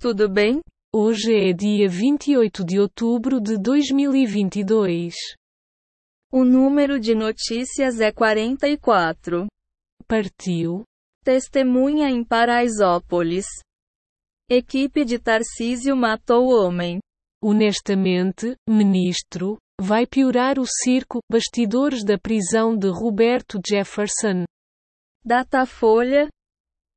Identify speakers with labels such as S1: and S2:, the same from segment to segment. S1: Tudo bem?
S2: Hoje é dia 28 de outubro de 2022.
S1: O número de notícias é 44.
S2: Partiu.
S1: Testemunha em Paraisópolis. Equipe de Tarcísio matou homem.
S2: Honestamente, ministro, vai piorar o circo, bastidores da prisão de Roberto Jefferson.
S1: Datafolha.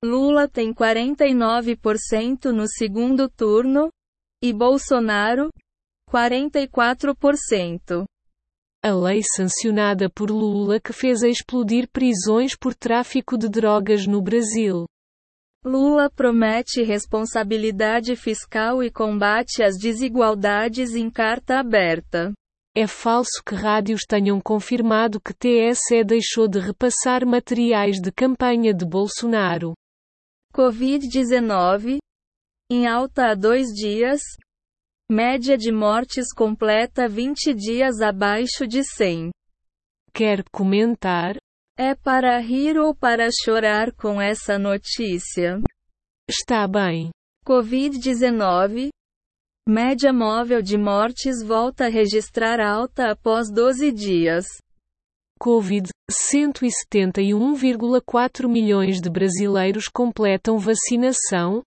S1: Lula tem 49% no segundo turno e Bolsonaro 44%.
S2: A lei sancionada por Lula que fez explodir prisões por tráfico de drogas no Brasil.
S1: Lula promete responsabilidade fiscal e combate às desigualdades em carta aberta.
S2: É falso que rádios tenham confirmado que TSE deixou de repassar materiais de campanha de Bolsonaro.
S1: Covid-19 em alta há dois dias. Média de mortes completa 20 dias abaixo de 100.
S2: Quer comentar?
S1: É para rir ou para chorar com essa notícia?
S2: Está bem.
S1: Covid-19 Média móvel de mortes volta a registrar alta após 12 dias.
S2: Covid, 171,4 milhões de brasileiros completam vacinação,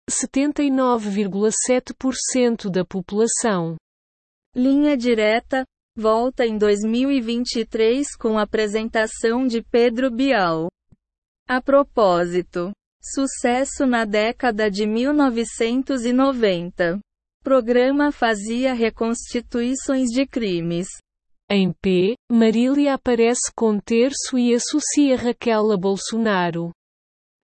S2: 79,7% da população.
S1: Linha direta, volta em 2023 com apresentação de Pedro Bial. A propósito, sucesso na década de 1990 programa fazia reconstituições de crimes.
S2: Em P, Marília aparece com terço e associa Raquel a Bolsonaro.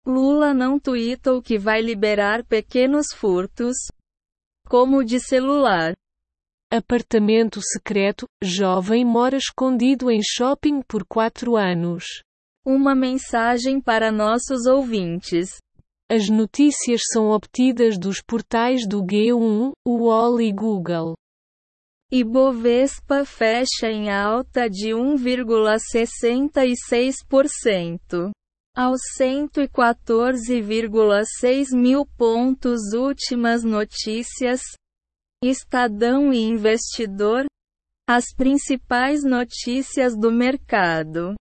S1: Lula não tuita o que vai liberar pequenos furtos, como o de celular.
S2: Apartamento secreto, jovem mora escondido em shopping por quatro anos.
S1: Uma mensagem para nossos ouvintes.
S2: As notícias são obtidas dos portais do G1, UOL e Google.
S1: Ibovespa fecha em alta de 1,66%, aos 114,6 mil pontos. Últimas notícias: Estadão e Investidor. As principais notícias do mercado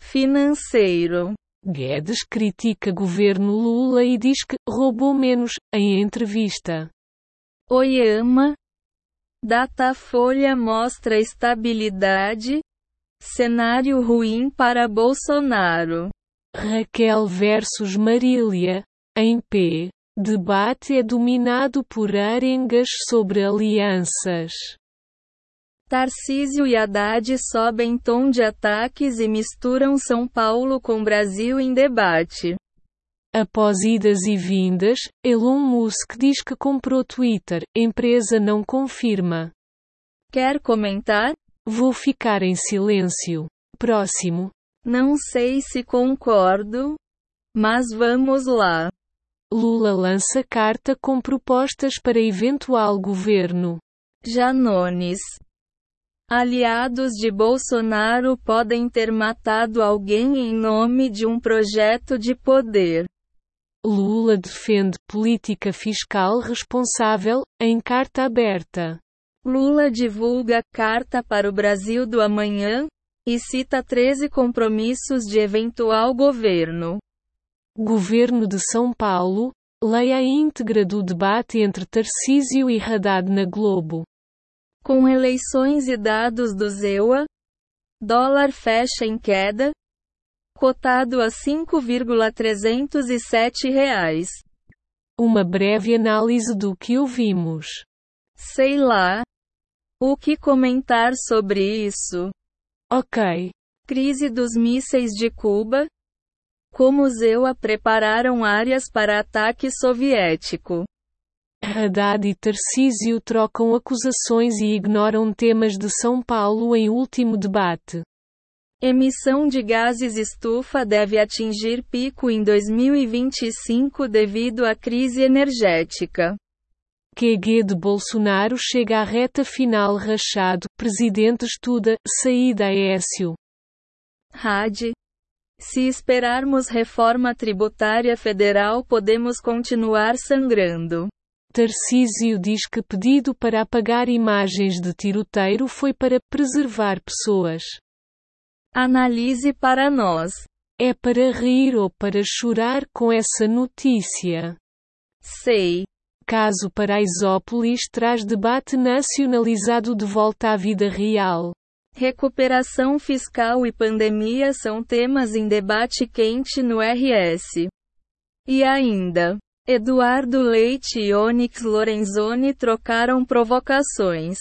S1: financeiro.
S2: Guedes critica governo Lula e diz que roubou menos, em entrevista.
S1: Oyama. Datafolha mostra estabilidade. Cenário ruim para Bolsonaro.
S2: Raquel versus Marília. Em P. Debate é dominado por arengas sobre alianças.
S1: Tarcísio e Haddad sobem tom de ataques e misturam São Paulo com Brasil em debate.
S2: Após idas e vindas, Elon Musk diz que comprou Twitter, empresa não confirma.
S1: Quer comentar?
S2: Vou ficar em silêncio. Próximo.
S1: Não sei se concordo, mas vamos lá.
S2: Lula lança carta com propostas para eventual governo.
S1: Janones. Aliados de Bolsonaro podem ter matado alguém em nome de um projeto de poder.
S2: Lula defende política fiscal responsável, em carta aberta.
S1: Lula divulga Carta para o Brasil do Amanhã e cita 13 compromissos de eventual governo.
S2: Governo de São Paulo, leia íntegra do debate entre Tarcísio e Haddad na Globo.
S1: Com eleições e dados do ZEUA, dólar fecha em queda, cotado a R$ 5,307. Reais.
S2: Uma breve análise do que ouvimos.
S1: Sei lá. O que comentar sobre isso?
S2: Ok.
S1: Crise dos mísseis de Cuba. Como ZEUA prepararam áreas para ataque soviético.
S2: Haddad e Tarcísio trocam acusações e ignoram temas de São Paulo em último debate.
S1: Emissão de gases estufa deve atingir pico em 2025 devido à crise energética.
S2: QG de Bolsonaro chega à reta final rachado, presidente estuda, saída Aécio.
S1: Rádio. Se esperarmos reforma tributária federal podemos continuar sangrando.
S2: Tarcísio diz que pedido para apagar imagens de tiroteiro foi para preservar pessoas.
S1: Analise para nós.
S2: É para rir ou para chorar com essa notícia.
S1: Sei.
S2: Caso Paraisópolis traz debate nacionalizado de volta à vida real.
S1: Recuperação fiscal e pandemia são temas em debate quente no RS. E ainda, Eduardo Leite e Onyx Lorenzoni trocaram provocações.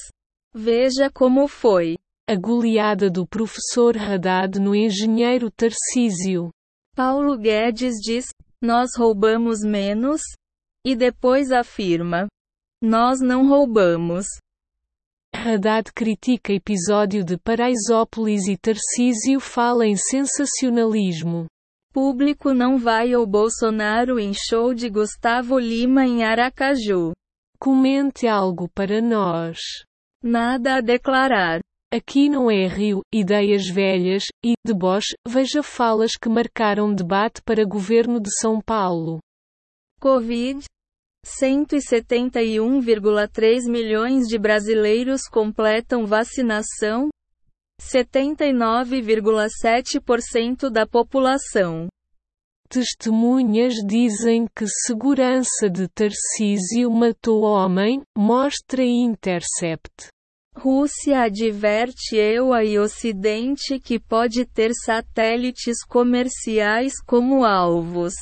S1: Veja como foi.
S2: A goleada do professor Haddad no engenheiro Tarcísio.
S1: Paulo Guedes diz: Nós roubamos menos? E depois afirma: Nós não roubamos.
S2: Haddad critica episódio de Paraisópolis e Tarcísio fala em sensacionalismo.
S1: Público não vai ao Bolsonaro em show de Gustavo Lima em Aracaju.
S2: Comente algo para nós.
S1: Nada a declarar.
S2: Aqui não é Rio, ideias velhas, e, deboche, veja falas que marcaram debate para governo de São Paulo.
S1: Covid. 171,3 milhões de brasileiros completam vacinação, 79,7% da população.
S2: Testemunhas dizem que segurança de Tarcísio matou homem, mostra Intercept.
S1: Rússia adverte EUA e Ocidente que pode ter satélites comerciais como alvos.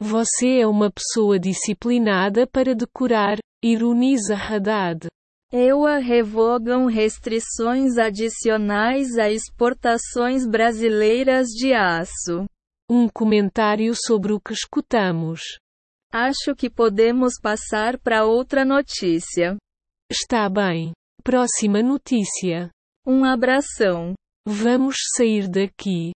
S2: Você é uma pessoa disciplinada para decorar, ironiza Haddad.
S1: EUA revogam restrições adicionais a exportações brasileiras de aço.
S2: Um comentário sobre o que escutamos.
S1: Acho que podemos passar para outra notícia.
S2: Está bem. Próxima notícia.
S1: Um abração.
S2: Vamos sair daqui.